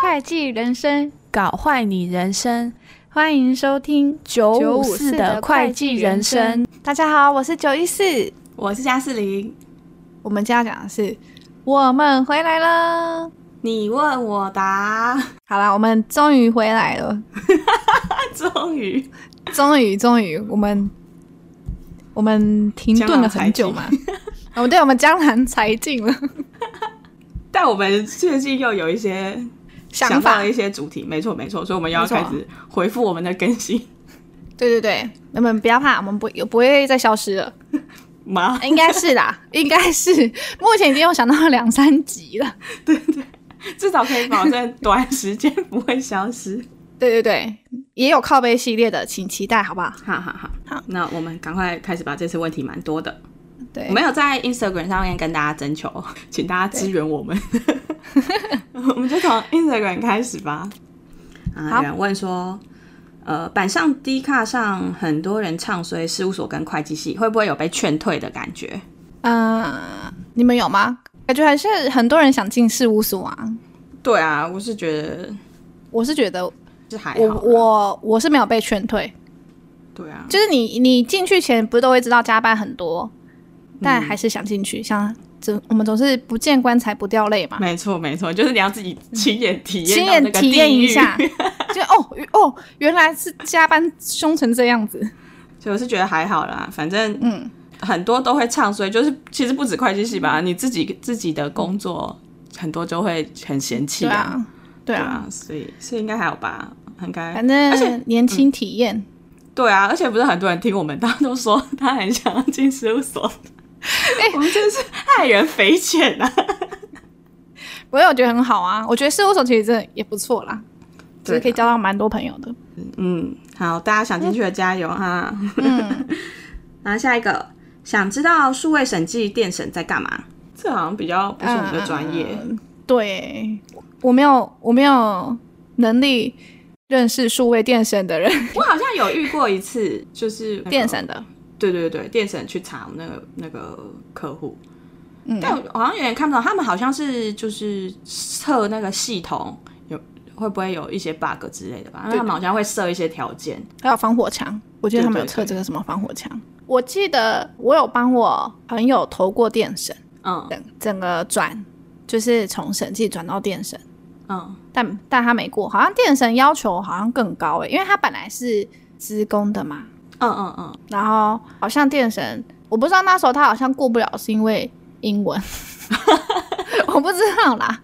会计人生，搞坏你人生欢迎收听九九五五四四的的会会计计人人生生。大家好，我是九一四，我是加四零，我们今天要讲的是我们回来了。你问我答，好啦，我们终于回来了， 终于终于终于，我们我们停顿了很久嘛。哦，对，我们江南才尽 了但我们最近又有一些想到法了一。些主题，没错没错，所以我们又要没错开始回复我们的更新对对对，你们不要怕，我们不不会再消失 了，吗？应该是啦，应该是，目前已经有想到两三集了。至少可以保证短时间不会消失。对对对，也有靠背系列的，请期待，好不好？哈哈哈。好，那我们赶快开始吧，这次问题蛮多的。对我，们有在 Instagram 上面跟大家征求， 请大家支援我们。 我们就从 Instagram 开始吧。啊，好有人问说，呃，板上 D 卡上很多人唱衰事务所跟会计系，会不会有被劝退的感觉？嗯、你们有吗？感觉还是很多人想进事务所啊。对啊，我是觉得我是觉得我，是还好我啦。我我是没有被劝退，对啊，就是你你进去前不是都会知道加班很多，但嗯还是想进去，像总我们总是不见棺材不掉泪嘛，没错没错，就是你要自己亲眼体验，亲眼体验一 下。，就哦哦，原来是加班凶成这样子，所以我是觉得还好啦，反正嗯，很多都会唱衰，就是其实不止会计系吧，你自己自己的工作很多就会很嫌弃对，啊，对对啊，啊，所以所以应该还好吧，应该反正年轻体验，对啊，而且不是很多人听我们，大家都说他很想要进事务 所，哎我们真是害人匪浅啊，不过我觉得很好啊，我觉得事务所其实真的也不错啦，啊就是可以交到蛮多朋友的，嗯，好，大家想进去的加油哈， 嗯，然后下一个想知道数位审计电审在干嘛？这好像比较不是我们的专嗯业，对，我我没有我没有能力认识数位电审的人，我好像有遇过一次，就是那个电审的，对对对，电审去查我们那个那个客户，嗯，但我好像有点看不懂，他们好像是就是测那个系统有会不会有一些 bug 之类的吧，因为他们好像会设一些条件，还有防火墙，我记得他们有对对测对这个什么防火墙。我记得我有帮我朋友投过电审，嗯整整个转就是从审计转到电审，嗯，但但他没过，好像电审要求好像更高欸诶、因为他本来是职工的嘛，嗯嗯嗯，然后好像电神，我不知道那时候他好像过不了是因为英文， 我不知道啦。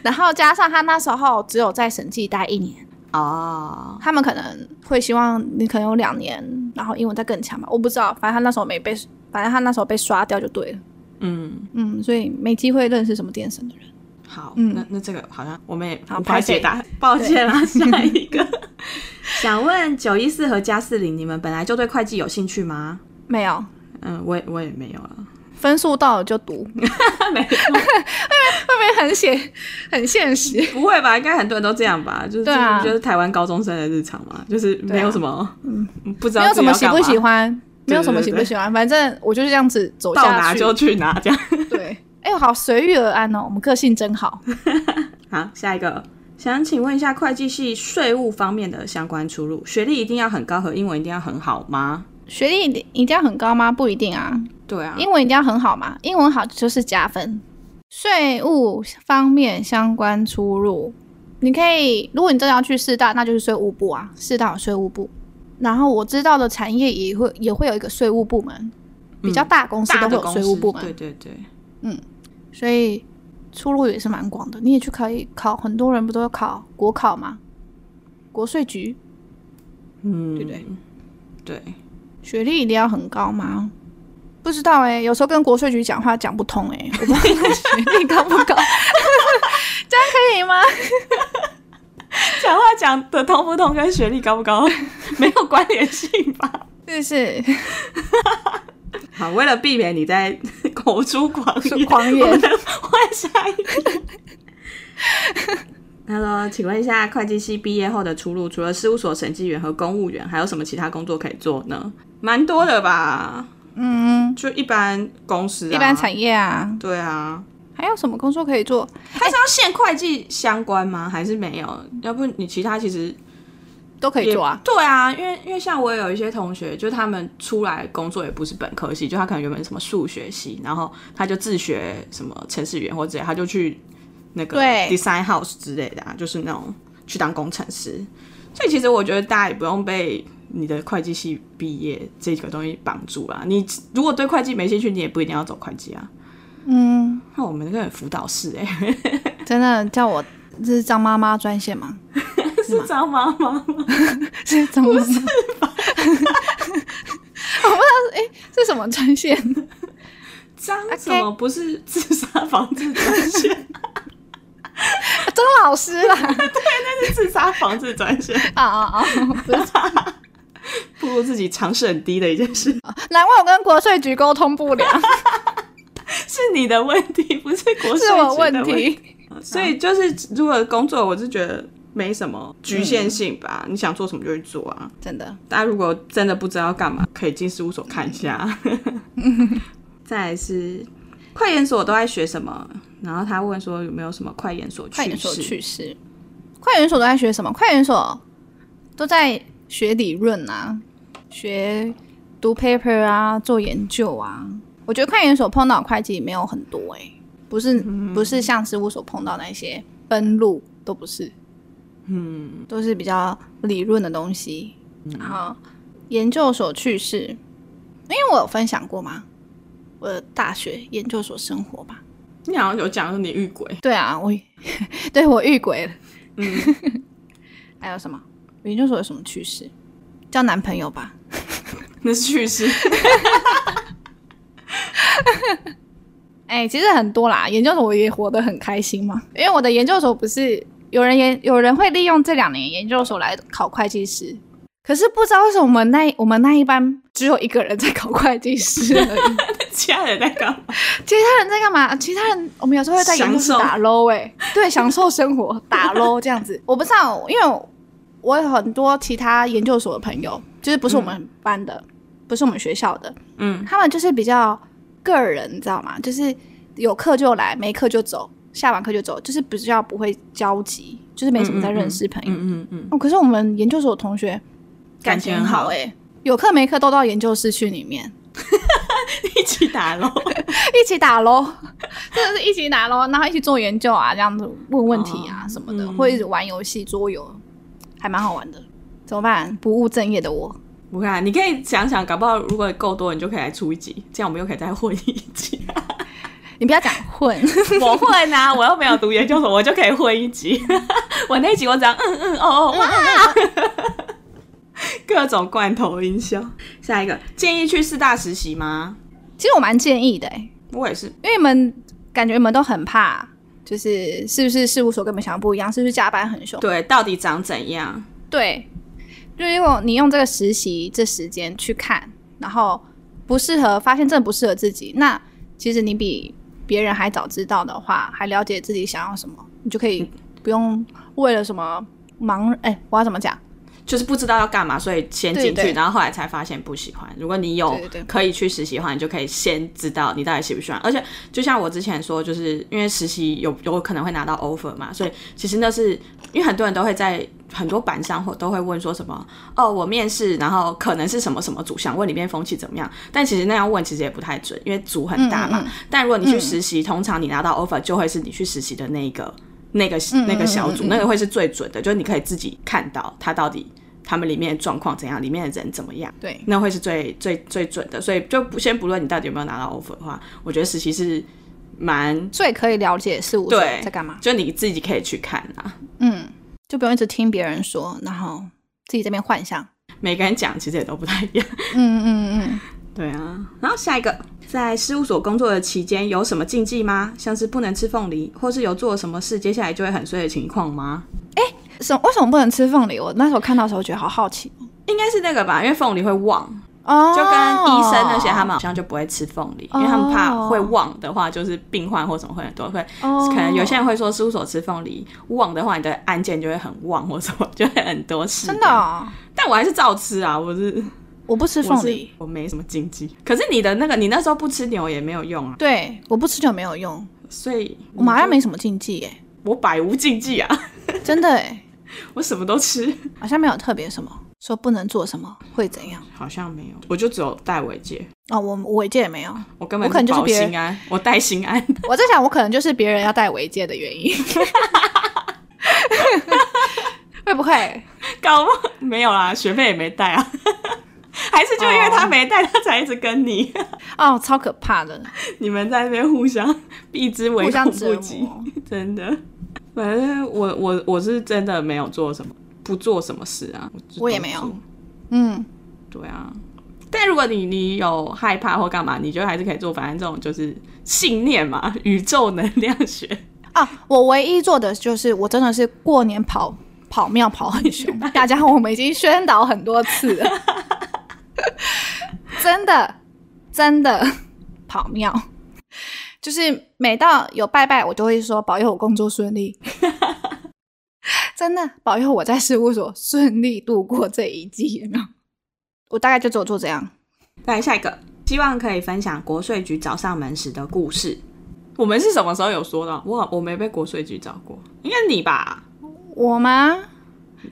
然后加上他那时候只有在审计待一年，哦，他们可能会希望你可能有两年，然后英文再更强吧，我不知道。反正他那时候没被，反正他那时候被刷掉就对了。嗯，嗯，所以没机会认识什么电神的人。好，嗯那那这个好像我们也好无法解答，抱歉啦，下一个。 想问九一四和加四零，你们本来就对会计有兴趣吗？没有嗯，我也我也没有啊，分数到了就读，会没有不会很写很现实？不会吧？应该很多人都这样吧？就是、对啊就是台湾高中生的日常嘛，就是没有什么，嗯，不知道啊没有什么喜不喜欢，欢，没有什么对对喜不对喜欢，反正我就是这样子走下到去。哪就去哪这样。对，哎、呦，好随遇而安哦，我们个性真好。好，下一个，想请问一下会计系税务方面的相关出入，学历一定要很高和英文一定要很好吗？学历一定一定要很高吗？不一定啊，对啊，英文一定要很好嘛，英文好就是加分。税务方面相关出入，你可以，如果你真的要去四大，那就是税务部啊，四大有税务部。然后我知道的产业也会也会有一个税务部门，比较大公司嗯都大会的有公税司，务部门，对对对，所以出路也是蛮广的。你也去可以考，很多人不都要考国考吗？国税局，嗯，对不对？对，学历一定要很高吗？不知道哎、有时候跟国税局讲话讲不通哎、我不知 道他学历高不高，这样可以吗？讲话讲的通不通跟学历高不 高没有关联性吧？ 就是好，为了避免你在 口出狂是言，狂言我们换下一题。他说：“请问一下，会计系毕业后的出路，除了事务所审计员和公务员，还有什么其他工作可以做呢？蛮多的吧？嗯，就一般公司、啊，一般产业啊，对啊，还有什么工作可以做？它是要限会计相关吗？还是没有？要不你其他其实都可以做啊。也对啊，因为因为像我也有一些同学，就他们出来工作也不是本科系，就他可能原本什么数学系，然后他就自学什么程序员或者他就去那个对 design house 之类的啊，就是那种去当工程师。所以其实我觉得大家也不用被你的会计系毕业这个东西绑住啦。你如果对会计没兴趣，你也不一定要走会计啊。嗯，那我们那个辅导室哎、真的叫我这是张妈妈专线吗？ 是张妈妈吗？是张妈妈？我 不知道， 哎、是什么专 线？ 啊张什么不是自杀防治专线？ 张老师啦！是自杀防治专线， 啊啊啊！步入自己尝试很低的一件 事，难怪我跟国税局沟通不 良，是你的问题，不是国税局是的我问问。题。所以就是，如果工作，我是觉得没什么局限性吧，嗯你想做什么就去做啊。真的，大家如果真的不知道干嘛，可以进事务所看 一下。再来是快研所都在学什么？然后他问说有没有什么快研所趣事？快研所去世，快研所都在学什么？快研所都在学理论啊，学读 paper 啊，做研究啊。我觉得快研所碰到的会计没有很多哎、不是、不是像事务所碰到那些分录都不是，嗯，都是比较理论的东西。然后研究所去世，因为我有分享过吗？我的大学研究所生活吧。你好像有讲说你遇鬼，对啊，我对我遇鬼了。 还有什么？研究所有什么趣事？交男朋友吧。那是 趣事。哎、其实很多啦，研究所我也活得很开心嘛，因为我的研究所不是有人研有人会利用这两年研究所来考会计师，可是不知道为什么我们那我们那一班只有一个人在考会计师而已，其他人在干嘛？其他人在干嘛？啊其他人我们有时候会在荧幕室享受打 low 哎、对，享受生活 打 low 这样子。我不知道，因为我有很多其他研究所的朋友，就是不是我们班的，不是我们学校的，嗯，他们就是比较个人，你知道吗？就是有课就来，没课就走，下完课就走，就是比较不会交集，就是没什么在认识朋友。嗯嗯嗯，哦，可是我们研究所同学感情情很好哎、有课没课都到研究室去里面。一起打咯。一起打咯， 真的是一起打咯，然后一起做研究啊，这样子问问题啊什么的，或者一直玩游戏桌游，还蛮好玩的。怎么办？不务正业的我，我看你可以想想，搞不好如果够多，你就可以来出一集，这样我们又可以再混一集。你不要讲混， 我混啊，我又没有读研究所，我就可以混一集。我那一集我只要嗯嗯哦哦哇，各种罐头音效。下一个建议去四大实习吗？其实我蛮建议的、欸，我也是，因为你们感觉你们都很怕，就是是不是事务所跟你们想的不一样，是不是加班很凶？对，到底长怎样？对，就如果你用这个实习这时间去看，然后不适合，发现真的不适合自己，那其实你比别人还早知道的话，还了解自己想要什么，你就可嗯以不用为了什么忙。哎、我要怎么讲？就是不知道要干嘛，所以先进去，对对然后后来才发现不喜欢。如果你有对对对可以去实习的话，你就可以先知道你到底喜不喜欢。而且就像我之前说，就是因为实习有有可能会拿到 offer 嘛，所以其实那是因为很多人都会在很多板上或都会问说什么哦，我面试，然后可能是什么什么组，想问里面风气怎么样。但其实那样问其实也不太准，因为组很大嗯嘛。但如果你去实习，通常你拿到 offer 就会是你去实习的那一个。那个那个小组，那个会是最准的，就是你可以自己看到他到底他们里面的状况怎样，里面的人怎么样，对那会是最最最准的。所以就不先不论你到底有没有拿到 offer 的话，我觉得实习是蛮最可以了解事务所对在干嘛，就你自己可以去看啊。嗯，就不用一直听别人说，然后自己这边幻想。每个人讲其实也都不太一样，嗯嗯嗯， 对啊。然后下一个，在事务所工作的期间有什么禁忌吗？像是不能吃凤梨，或是有做什么事接下来就会很衰的情况吗？嗯什么为什么不能吃凤梨？我那时候看到的时候觉得好好奇应该是那个吧，因为凤梨会旺，哦，就跟医生那些，他们好像就不会吃凤梨，因为他们怕哦会旺的话，就是病患或什么会很多，会、哦可能有些人会说事务所吃凤梨旺的话，你的案件就会很旺或什么，就会很多事。真的、哦。但我还是照吃啊，我是我不吃我凤是梨，我没什么禁忌，可是你的那个你那时候不吃牛也没有用啊，对，我不吃就没有用。所以我们好像没什么禁忌耶、我百无禁忌啊， 真的耶，我什么都吃，好像没有特别什么说不能做什么会怎样好像没有，我就只有戴尾戒，哦。我我尾戒也没有，我根本我可能就是保别人心安，我戴心安，我在想我可能就是别人要戴尾戒的原因，会不会？ 搞不好没有啦，学费也没带啊。 还是就因为他没带，他才一直跟你， 哦，超可怕的，你们在那边互相避之唯互恐相不折及。磨。 真的，反正我我我是真的没有做什么，不做什么事啊。就我也都没有做。嗯，对啊，但如果你你有害怕或干嘛，你就还是可以做。反正这种就是信念嘛， 宇宙能量学。啊，我唯一做的就是，我真的是过年跑跑庙跑很凶。大家，我们已经宣导很多次了， 真的真的跑庙，就是每到有拜拜，我都会说保佑我工作顺利， 真的保佑我在事务所顺利度过这一季，有没有？我大概就只有做这样。来下一个，希望可以分享国税局找上门时的故事。我们是什么时候有说到？我我没被国税局找过，应该你吧？我吗？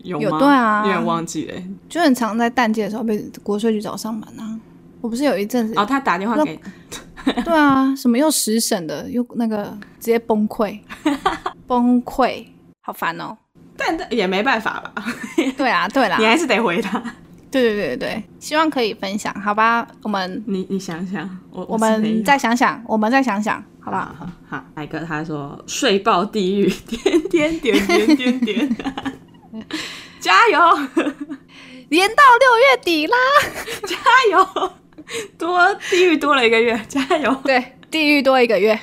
有吗？有对啊有点忘记了欸。就很常在淡季的时候被国税局找上门啊。我不是有一阵子哦，他打电话那给对啊，什么又十审的，又那个直接崩溃，崩溃，好烦哦。但但也没办法吧，对啊，对啦，你对还是得回答。对对对对，希望可以分享，好吧？我们你你想想，我我是没有们再想想，我们再想想，好不好？好好，来个他说睡爆地狱， 点点点点点 点，加油连到六月底啦，加油，多地狱多了一个月，加油！对，地狱多一个月，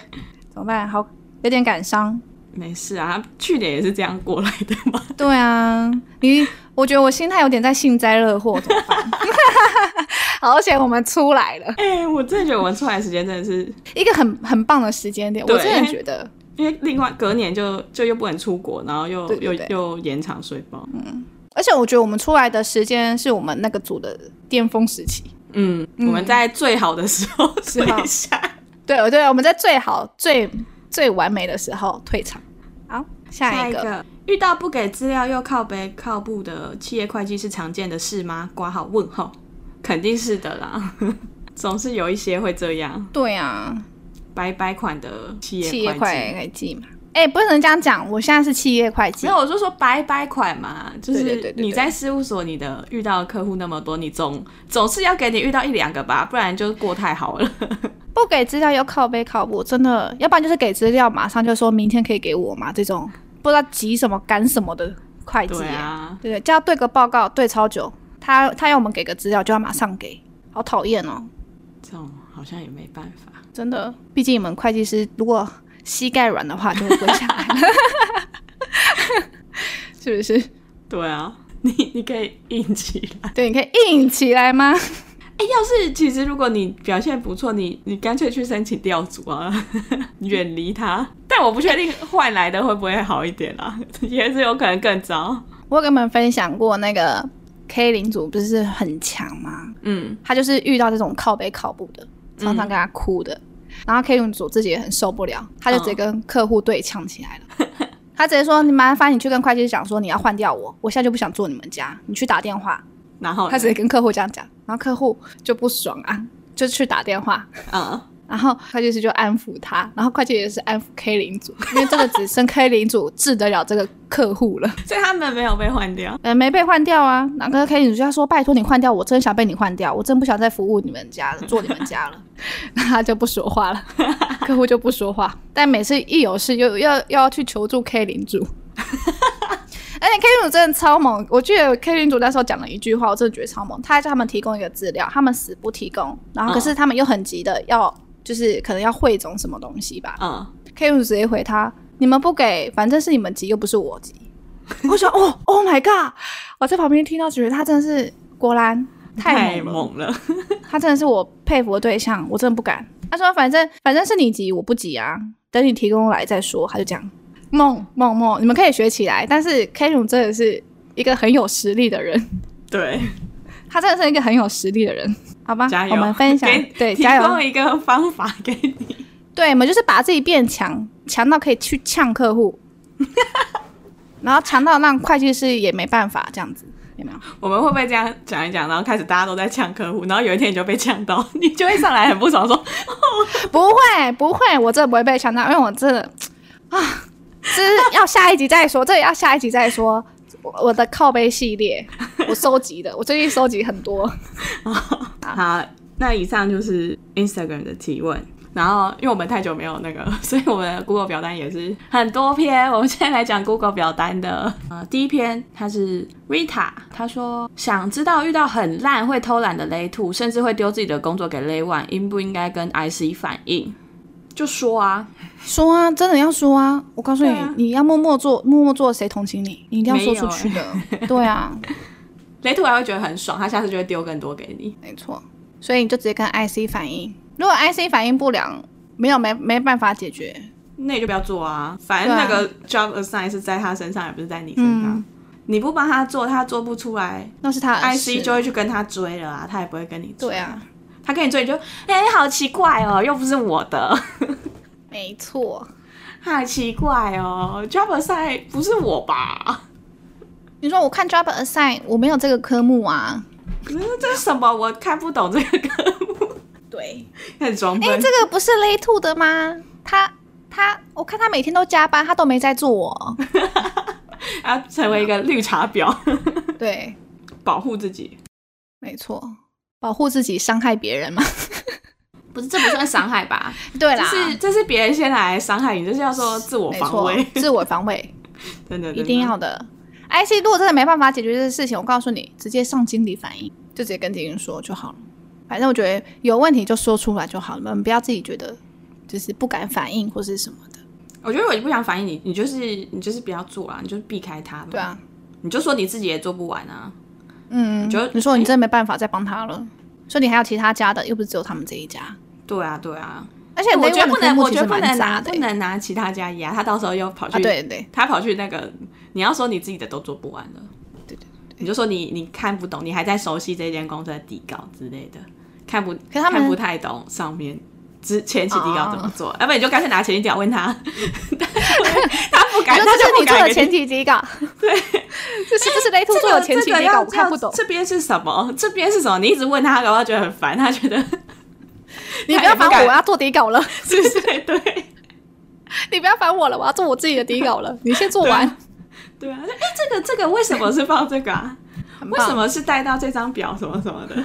怎么办？好，有点感伤。没事啊，去年也是这样过来的嘛。对啊，你我觉得我心态有点在幸灾乐祸，怎么办？ 好险我们出来了， 哎、我真的觉得我们出来时间真的是，一个很很棒的时间点，我对真的觉得。因为另外隔年就就又不能出国，然后又对对对嗯又又延长睡爆。而且我觉得我们出来的时间是我们那个组的巅峰时期，嗯，我们在最好的时候时睡候下。对对，啊我们在最好、最最完美的时候退场。好，下一个，遇到不给资料又靠背靠步的企业会计是常见的事吗？挂号问号，肯定是的啦， 总是有一些会这样，对啊，白白款的企业企业会计。会计嘛，哎、不能这样讲，我现在是企业会计没，有，我就说白白款嘛，就对对对是对对你在事务所，你的遇到的客户那么多，你总总是要给你遇到一两个吧，不然就过太 好了。不给资料又靠背靠步，真的，要不然就是给资料，马上就说明天可以给我嘛，这种不知道急什么赶什么的会计、对，啊，对，叫他对个报告对超久，他他要我们给个资料就要马上给，好讨厌哦。这种好像也没办法。真的，毕竟你们会计师如果膝盖软的话，就会跪下来了， 是不是？对啊， 你你可以硬起来。对，你可以硬起来吗？哎、要是其实如果你表现不错，你你干脆去申请调组啊， 远离他。但我不确定换来的会不会好一点啦、 也是有可能更糟。我有跟你们分享过那个 K 领主不是很强吗？嗯，他就是遇到这种靠背靠步的，常常跟他哭的，然后 K 领主自己也很受不了，他就直接跟客户对呛起来了。他直接说：“你麻烦你去跟会计师讲说你要换掉我，我现在就不想做你们家，你去打电话。”然后呢他直接跟客户这样讲，然后客户就不爽啊，就去打电话，嗯，然后会计师就安抚他，然后会计也是安抚 K 领主，因为这个只剩 K 领主治得了这个客户了，所以他们没有被换掉。呃，没被换掉啊。然后 K 领主就说：“拜托你换掉，我真的想被你换掉，我真不想再服务你们家了，做你们家了。”那他就不说话了， 客户就不说话，但每次一有事又要又要去求助 K 领主。 而且 K 领主真的超猛，我记得 K 领主那时候讲了一句话，我真的觉得超猛。他还叫他们提供一个资料，他们死不提供，然后可是他们又很急的要，就是可能要汇总什么东西吧。嗯， K 五直接回他：“你们不给，反正是你们急，又不是我急。” 我想，哦，Oh my god！我在旁边听到，觉得他真的是果然太太猛了，猛了。他真的是我佩服的对象，我真的不敢。他说：“反正反正是你急，我不急啊，等你提供来再说。”他就这样，猛猛猛，你们可以学起来。但是 K 五真的是一个很有实力的人，对，他真的是一个很有实力的人，好吧？加油！我们分享给对提加油，供一个方法给你。对，我们就是把自己变强，强到可以去呛客户， 然后强到让会计师也没办法这样子，有没有？我们会不会这样讲一讲，然后开始大家都在呛客户，然后有一天你就被呛到，你就会上来很不爽说，不会，不会，我真的不会被呛到，因为我真的啊，这是要下一集再说，这也要下一集再说。我我的靠背系列，我收集的，我最近收集很多。好，那以上就是 Instagram 的提问。然后，因为我们太久没有那个， 所以我们的 Google 表单也是很多篇。我们现在来讲 Google 表单的，呃，第一篇它是 Rita，她说想知道遇到很烂会偷懒的雷兔，甚至会丢自己的工作给雷 one，应不应该跟 IC 反映？就说啊，说啊，真的要说啊！我告诉你，对啊你要默默做，默默做，谁同情你？你一定要说出去的。对啊，雷兔还会觉得很爽，他下次就会丢更多给你。没错。所以你就直接跟 IC 反映，如果 IC 反应不良，没有没没办法解决，那你就不要做啊，反正那个 job assign 是在他身上，也不是在你身嗯上。啊你不帮他做，他做不出来那是他的事，IC 就会去跟他追了啊，他也不会跟你追。对，啊，他跟你追你就，哎、好奇怪哦，又不是我的，没错。好奇怪哦，job assign 不是我吧？ 你说我看 job assign，我没有这个科目啊。嗯这是什么？我看不懂这个科目，对，开始装哎、笨。这个不是 lay two 的吗？他他，我看他每天都加班，他都没在做 哦。要成为一个绿茶婊，对，保护自己。没错，保护自己，伤害别人嘛。不是，这不算伤害吧？对这啦，是这是别人先来伤害你，这是要说自我没防错卫，，自我防卫真的真的一定要的。IC 如果真的没办法解决这个事情，我告诉你，直接上经理反映，就直接跟经理说就好了。反正我觉得有问题就说出来就好了，我们不要自己觉得就是不敢反应或是什么的。我觉得我不想反应你，你就是你就是不要做啊，你就是避开他嘛。对，啊，你就说你自己也做不完啊。嗯，就你说你真的没办法再帮他了，所以你还有其他家的，又不是只有他们这一家。对啊，对啊。而且我觉 Day One 的得不科能，目我其觉实得不蛮能拿杂的不欸、能拿其他家压，他到时候又跑去，啊，对对他跑去那个，你要说你自己的都做不完了，对对你就说你你看不懂，你还在熟悉这间公司的底稿之类的，看不可是他们哦看不太懂上面。之前期底稿怎么做？要、不然你就干脆拿前期底稿问他， 他不 敢，你说这他就是不你做敢的给你前提底 稿，对，这是这是雷兔这做的个前提这个底要稿，我看不懂要。这边是什么？这边是什么？你一直问他，然后他觉得很烦，他觉得你不要烦他我，我也不敢要做底稿了。 是不是？对你不要烦我了，我要做我自己的底稿了。你先做完，对啊，哎、这个这个为什么是放这个啊？很为棒什？么是带到这张表什么什么的？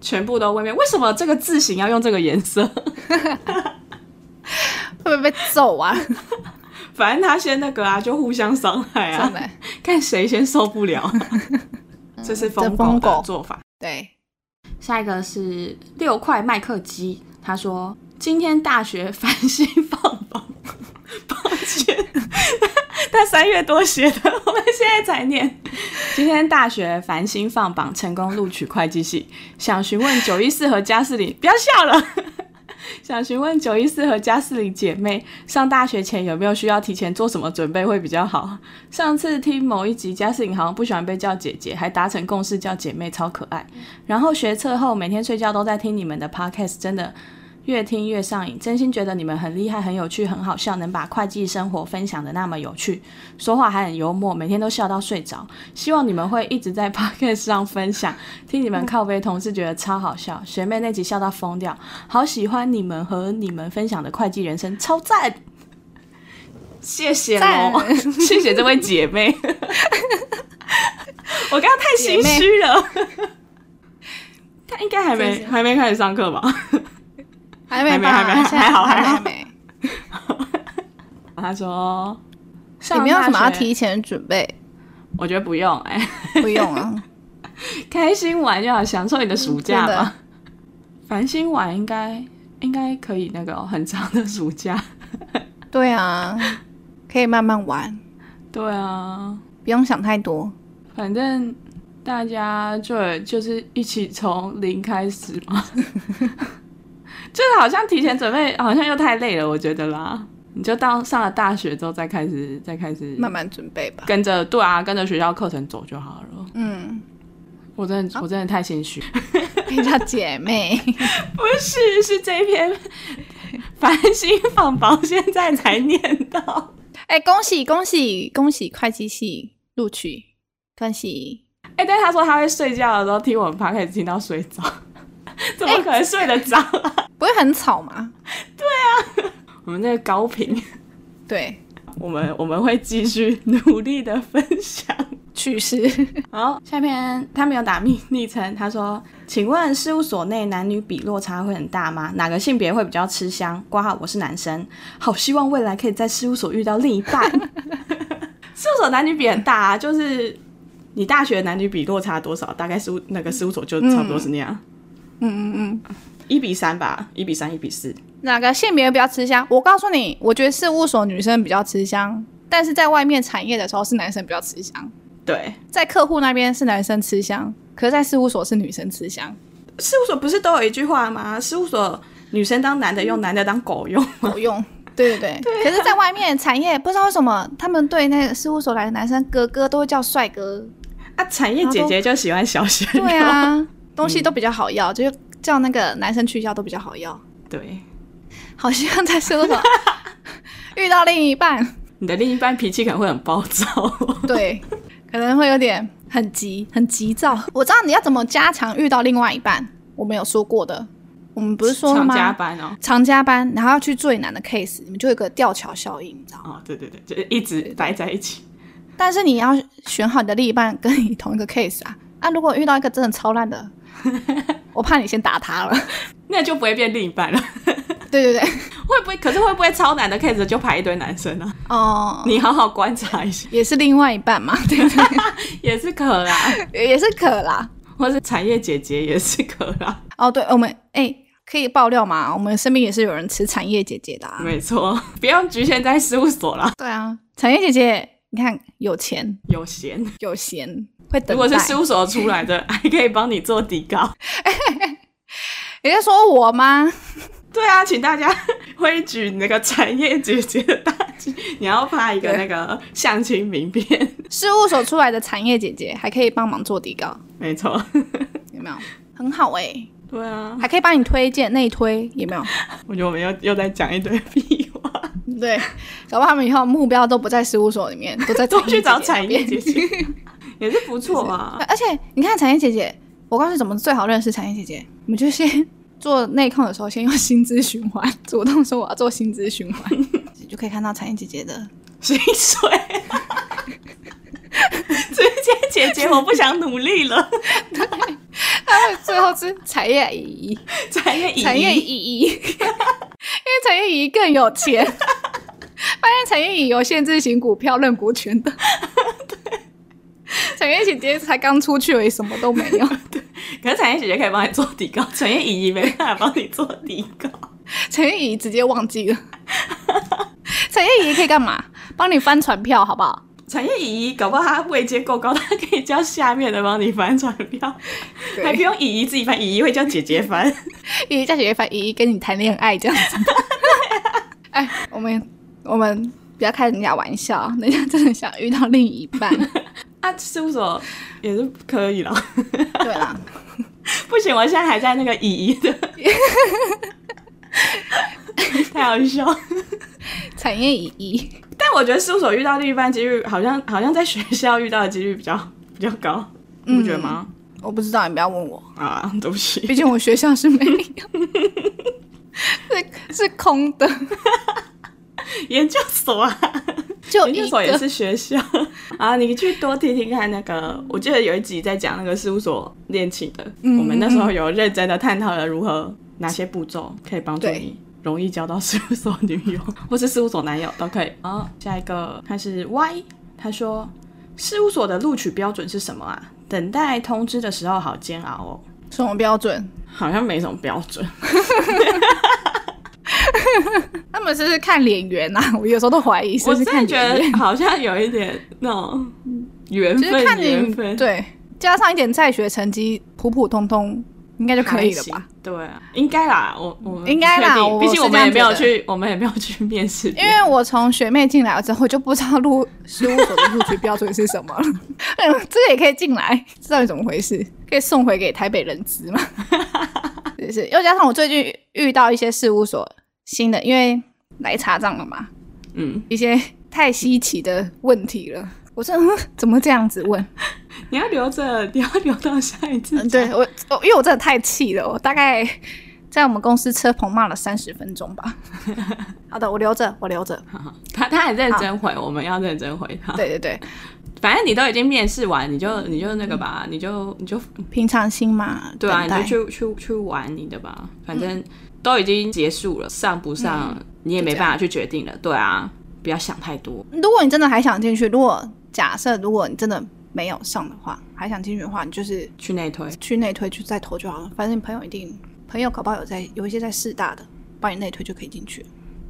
全部都外面，为什么这个字型要用这个颜色？ 会不会被揍啊？反正他先那个啊，就互相伤害真啊，的，看谁先受 不了。这是疯狗这疯狗的做法。对，下一个是六块麦克鸡，他说今天大学繁星放榜，抱歉， 他三月多写的，我们现在才念。今天大学繁星放榜，成功录取会计系，想询问九一四和加四零，不要笑了。 想询问九一四和加四零姐妹，上大学前有没有需要提前做什么准备会比较好？上次听某一集，加四零好像不喜欢被叫姐姐，还达成共识叫姐妹，超可爱。然后学测后每天睡觉都在听你们的 podcast，真的越听越上瘾。真心觉得你们很厉害、很有趣、很好笑，能把会计生活分享的那么有趣，说话还很幽默，每天都笑到睡着。希望你们会一直在 podcast 上分享，听你们靠背同事觉得超好笑，学妹那集笑到疯掉，好喜欢你们和你们分享的会计人生，超赞！谢谢赞喽， 谢谢这位姐妹。 我刚刚太心虚了。他应该还谢没谢还没开始上课吧？还没吧？还没还没现在还好还还好还没。他说，你上没有什么要大学提，前准备，我觉得不用哎、不用啊。开心玩就好，享受你的 暑假真吧的。繁星玩应该应该可以那个哦、很长的暑假。对啊，可以慢慢玩，对啊，不用想太多。反正大家就就是一起从零开始嘛， 就是好像提前准备，好像又太累了，我觉得啦。你就到上了大学之后再开始，再开始慢慢准备吧。跟着对啊，跟着学校课程走就好了。嗯，我真的我真的太心虚，可以叫姐妹。 不是是这一篇 繁星放榜，现在才念到。 哎、恭喜恭喜恭喜会计系录取，恭喜！哎、但是他说他会睡觉的时候听我们 p o d 听到睡着， 怎么可能睡得着啊、不会很吵吗？我们那个高频，对，我们我们会继续努力的分享。去世。 好，下篇他没有打昵昵称，他说：“请问事务所内男女比落差会很大吗？哪个性别会比较吃香？”挂号我是男生，好希望未来可以在事务所遇到另一半。 事务所男女比很大啊，就是你大学男女比落差多少，大概事务那个事务所就差不多是那样，嗯嗯嗯。一、比三吧，一比三，一比四。哪个性别比较吃香？我告诉你，我觉得事务所女生比较吃香，但是在外面产业的时候是男生比较吃香，对，在客户那边是男生吃香，可是在事务所是女生吃香。事务所不是都有一句话吗？事务所女生当男的用，男的当狗用。 好用。对 对对，啊可是，在外面产业不知道为什么，他们对那个事务所来的男生哥哥都会叫帅哥。啊，产业姐姐就喜欢小鲜肉。对 啊，东西都比较好要，就是叫那个男生去要都比较好要。对，好希望在事务 所遇到另一半，你的另一半脾气可能会很暴躁。对，可能会有点很急，很急躁。我知道你要怎么加强遇到另外一半，我们有说过的，我们不是说了常吗？加班哦。常加班，然后要去最难的 case，你们就有一个吊桥效应，你知道吗？哦，对对对，就是一直待在一起。但是你要选好你的另一半跟你同一个 case 啊。啊，如果遇到一个真的超烂 的，我怕你先打他了。那就不会变另一半了， 对对对，会不会？可是会不会超难的 case 就排一堆男生啊？哦、你好好观察一下，也是另外一半嘛， 对不也是可啦，对？也是可啦。或是产业姐姐也是可啦，哦，对，我们哎、可以爆料嘛？我们身边也是有人吃产业姐姐的、啊。没错，不要局限在事务所啦，对啊，产业姐姐，你看有钱有闲。有闲，会等待。如果是事务所出来的， 还可以帮你做底稿。你在说我吗？对啊，请大家 挥举那个产业姐姐的大 旗，你要发一个那对个相亲名片，事务所出来的产业姐姐还可以帮忙做底稿，没错。有没有？很好哎、对啊，还可以帮你推荐内推，有没有？我觉得我们又又在讲一堆屁 话，对，搞不好他们以后目标都不在事务所里 面，都在都去找产产业姐姐姐姐， 也是不错那啊边。。而且你看产业姐姐，我告诉你怎么最好认识产业姐姐，我们就先做内控的时候，先用薪资循环，主动说我要做薪资循 环，你就可以看到产业姐姐的。薪水， 直接姐姐，我不想努力了。她会最后是产业姨姨， 产业乙产业姨姨，因为产业姨姨更有 钱。发现产业乙有限制型股票认股权的，产业姐姐才刚出去而已，什么都没 有。可是产业姐姐可以帮你做底稿，产业乙乙没办法帮你做底稿。陈怡直接忘记了。陈怡可以干嘛？帮你翻船票，好不好？产业乙乙搞不好她位阶够高，她可以叫下面的帮你翻船票，还不，用乙乙自己翻，乙乙会叫姐姐翻。怡叫姐姐翻，怡跟你谈恋爱这样子。哎，我们我们不要开人家玩笑，人家真的想遇到另一半。 啊，事务所也是可以了。 对 啦，不行，我现在还在那个乙乙 的，太好笑。产业乙一，但我觉得事务所遇到另一半几率，好像好像在学校遇到的几率比较比较高，你不觉得吗？我不知道，你不要问我，啊，对不起，毕竟我学校是没有，是是空的，研究所啊，就研究一所也个。是学校 啊。你去多听听看那个，我记得有一集在讲那个事务所恋情的，嗯我们那时候有认真的探讨了如何哪些步骤可以帮助对你。容易交到事务所女友或是事务所男友都可以。好，下一个他是 Y，他说事务所的录取标准是什么啊？等待通知的时候好煎熬哦，什么标准？好像没什么标准。他们是不是看脸缘呐、我有时候都怀疑是我不是真的看觉脸缘。得好像有一点那种缘就是看分，缘你分。对，加上一点在学成绩普普通通，应该就可以了还吧？行？对啊，应该啦，我我们应该啦不确定我毕竟是我这们样也没有觉得去，我们也没有去面试别因人，为我从学妹进来之后，我就不知道 录事务所的录取标准是什么了。 嗯，这个也可以进来，这到底怎么回事？可以送回给台北人资 吗？是是，又加上我最近遇到一些事务所新的，因为来查账了嘛，嗯，一些太稀奇的问题了。我说、嗯、怎么这样子问？你要留着，你要留到下一次嗯，。对我，我因为我真的太气了，我大概在我们公司车棚骂了三十分钟 吧。好的，我留着，我留 着。 他他很认真回，我们要认真回他。，对对对，反正你都已经面试完，你就你就那个吧，你就你就平常心嘛，对啊，嗯等你待嗯就去去去玩你的吧，反正都已经结束了，上不上你也没办法去决定了。对啊，不要想太多。如果你真的还想进去，如果假设如果你真的没有上的话，还想进去的话，你就是去内推，去内推去再投就好了。反正你朋友一定，朋友搞不好有在有一些在师大的，帮你内推就可以进去。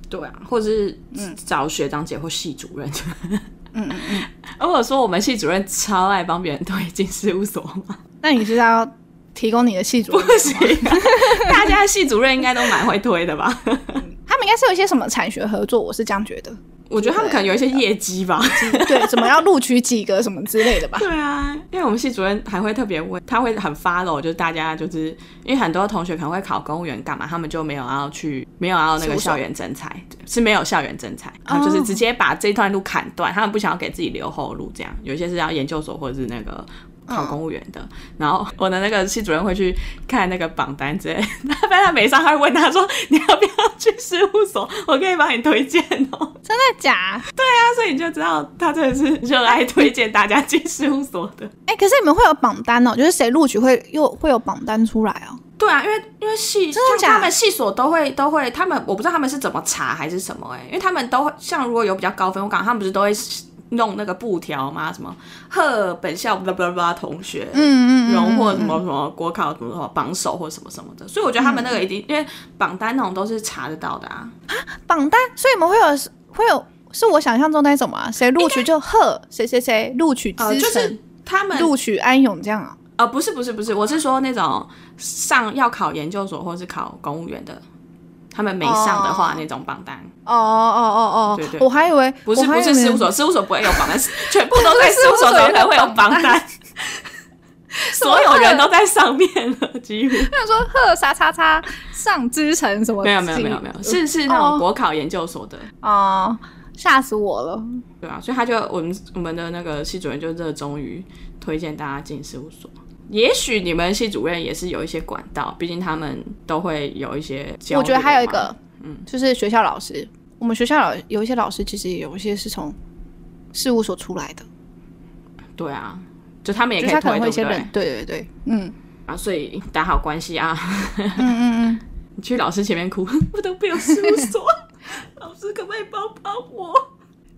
对啊，或者是找学长姐或系主任。嗯嗯 嗯。如果说我们系主任超爱帮别人推进事务所 嘛，那你是要 提供你的系主任不行 啊、大家的系主任应该都蛮会推的吧？他们应该是有一些什么产学合作，我是这样觉得。 我觉得他们可能有一些业绩吧。对，怎么要录取几个什么之类的吧。对啊，因为我们系主任还会特别问，他会很 follow，就是大家就是因为很多同学可能会考公务员干嘛，他们就没有要去，没有要那事个务所校园征才，是没有校园征才，然后就是直接把这段路砍断，他们不想要给自己留后路，这样有一些是要研究所或者是那个。考公务员的，然后我的那个系主任会去看那个榜单之类的，他发现他没上，他会问他说：“你要不要去事务所？我可以帮你推荐哦。” 真的假？他所以你就知道他真的是热爱推荐大家进事务所的。哎、可是你们会有榜单哦，就是谁录取会又会有榜单出来哦。对啊，因为因为系真的像假他们系所都会都会，他们我不知道他们是怎么查还是什么哎、因为他们都会像如果有比较高分，我感觉他们不是都会弄那个布条吗？什么贺本校巴拉巴拉巴拉同学，嗯嗯嗯嗯荣获什么什么国考什么什么榜首或什么什么的，所以我觉得他们那嗯个一定、因为榜单那种都是查得到的啊，榜单，所以你们会有会有是我想象中那种啊，谁录取就贺谁谁谁录取资呃，深，就是他们录取安永这样啊。呃不是不是不是，我是说那种上要考研究所或是考公务员的，他们没上的哦话、那种榜单。哦哦哦哦，对对我还以为不是我还不以为是事务所，事务所不会有 榜单，是全部都在事务所才会有榜单， 所有人都在上面 了，几乎他说贺啥叉叉上之城什么没有没有没有没有，是是那种国考研究所的，哦，吓死我了。对啊，所以他就我们我们的那个系主任就热衷于推荐大家进事务所。也许你们系主任也是有一些管道，毕竟他们都会有一些交流嘛。我觉得还有一个，嗯就是学校老师，我们学校老有一些老师其实有一些是从事务所出来的，对啊，就他们也就可是他以推，可能会有一对不些对人，对对对，嗯啊，所以打好关系啊。嗯嗯嗯，你去老师前面哭， 我都没有事务所， 老师可不可以帮帮我？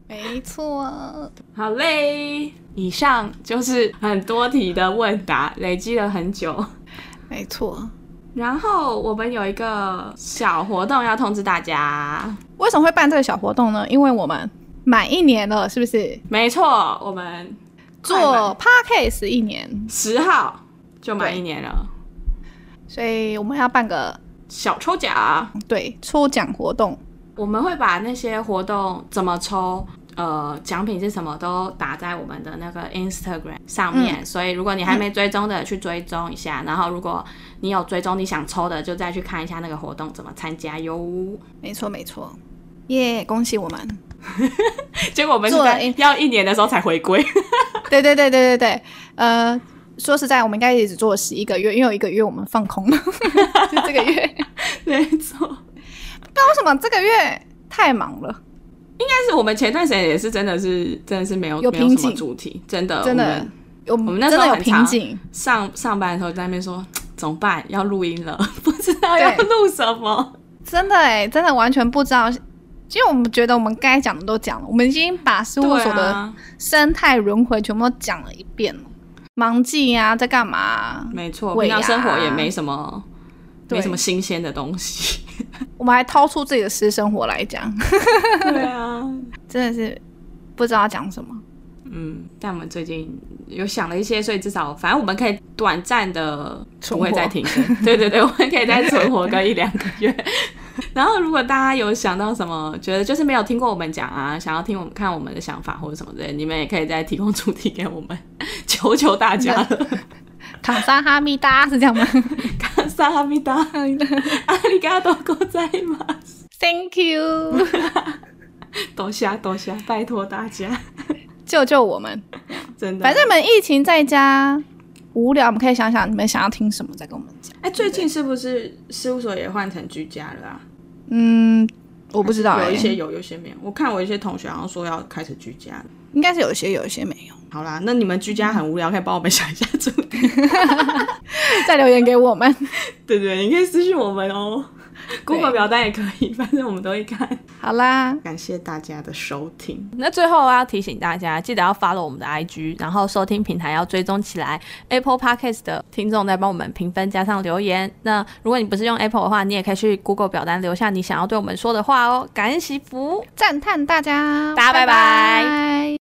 没错。好嘞，以上就是很多题的问答，累积了很久。没错，然后我们有一个小活动要通知大家，为什么会办这个小活动呢？因为我们满一年了，是不是？没错，我们做 podcast 一年，十号就满一年了，所以我们要办个小抽奖，对抽奖活动。我们会把那些活动怎么抽。呃，奖品是什么都打在我们的那个 Instagram 上面，嗯所以如果你还没追踪的，去追踪一下。然后，如果你有追踪你想抽的，就再去看一下那个活动怎么参加哟。 没错，没错，耶、恭喜我们！ 结果我们是做了在一要一年的时候才回归， 对对对对对对，呃，说实在，我们应该也只做了十一个月，因为有一个月我们放 空了，就这个月。没错。但为什么这个月太忙了？但是我们前段时间也是真的是真的是没有有没有瓶什么颈主题，真的真我的们，我呃我们们那时真候的有很瓶常颈。上上班的时候在那边说怎么办要录音了， 不知道对要录什么。真的哎、真的完全不知道，因为我们觉得我们该讲的都讲了，我们已经把事务对所的啊，生态轮回全部都讲了一遍了。忙季啊，在干嘛啊、没错，尾平常生活也牙没什么对没什么新鲜的东 西。我们还掏出自己的私生活来讲， 对啊，真的是不知道要讲什么。嗯，但我们最近有想了一些，所以至少反正我们可以短暂的不存活会再停更。对对 对，我们可以再存活个一两个月。 然后，如果大家有想到什么，觉得就是没有听过我们讲啊，想要听我们看我们的想法或者什么之类，你们也可以再提供主题给我们， 求求大家 了。卡萨哈密达是这样吗 卡萨哈密达，阿里嘎多ございます， ？Thank you，多谢多谢，拜托大家， 救救我们！真的。反正你们疫情在家无聊，我们可以想想你们想要听什么，再跟我们讲。哎、最近是不是事务所也换成居家了啊？嗯，我不知道、有一欸，些有，有一些没有。我看我一些同学好像说要开始居家了。应该是有一些，有一些没有。好啦，那你们居家很无聊，可以帮我们想一下主题。再留言给我们。 对对，你可以私信我们哦。Google 表单也可以，反正我们都会看。好啦，感谢大家的收听，那最后我要提醒大家，记得要 follow 我们的 IG，然后收听平台要追踪起来。Apple Podcast 的听众在帮我们评分加上留言。那如果你不是用 Apple 的话，你也可以去 Google 表单留下你想要对我们说的话哦。感恩惜福。赞叹大家，大家拜拜拜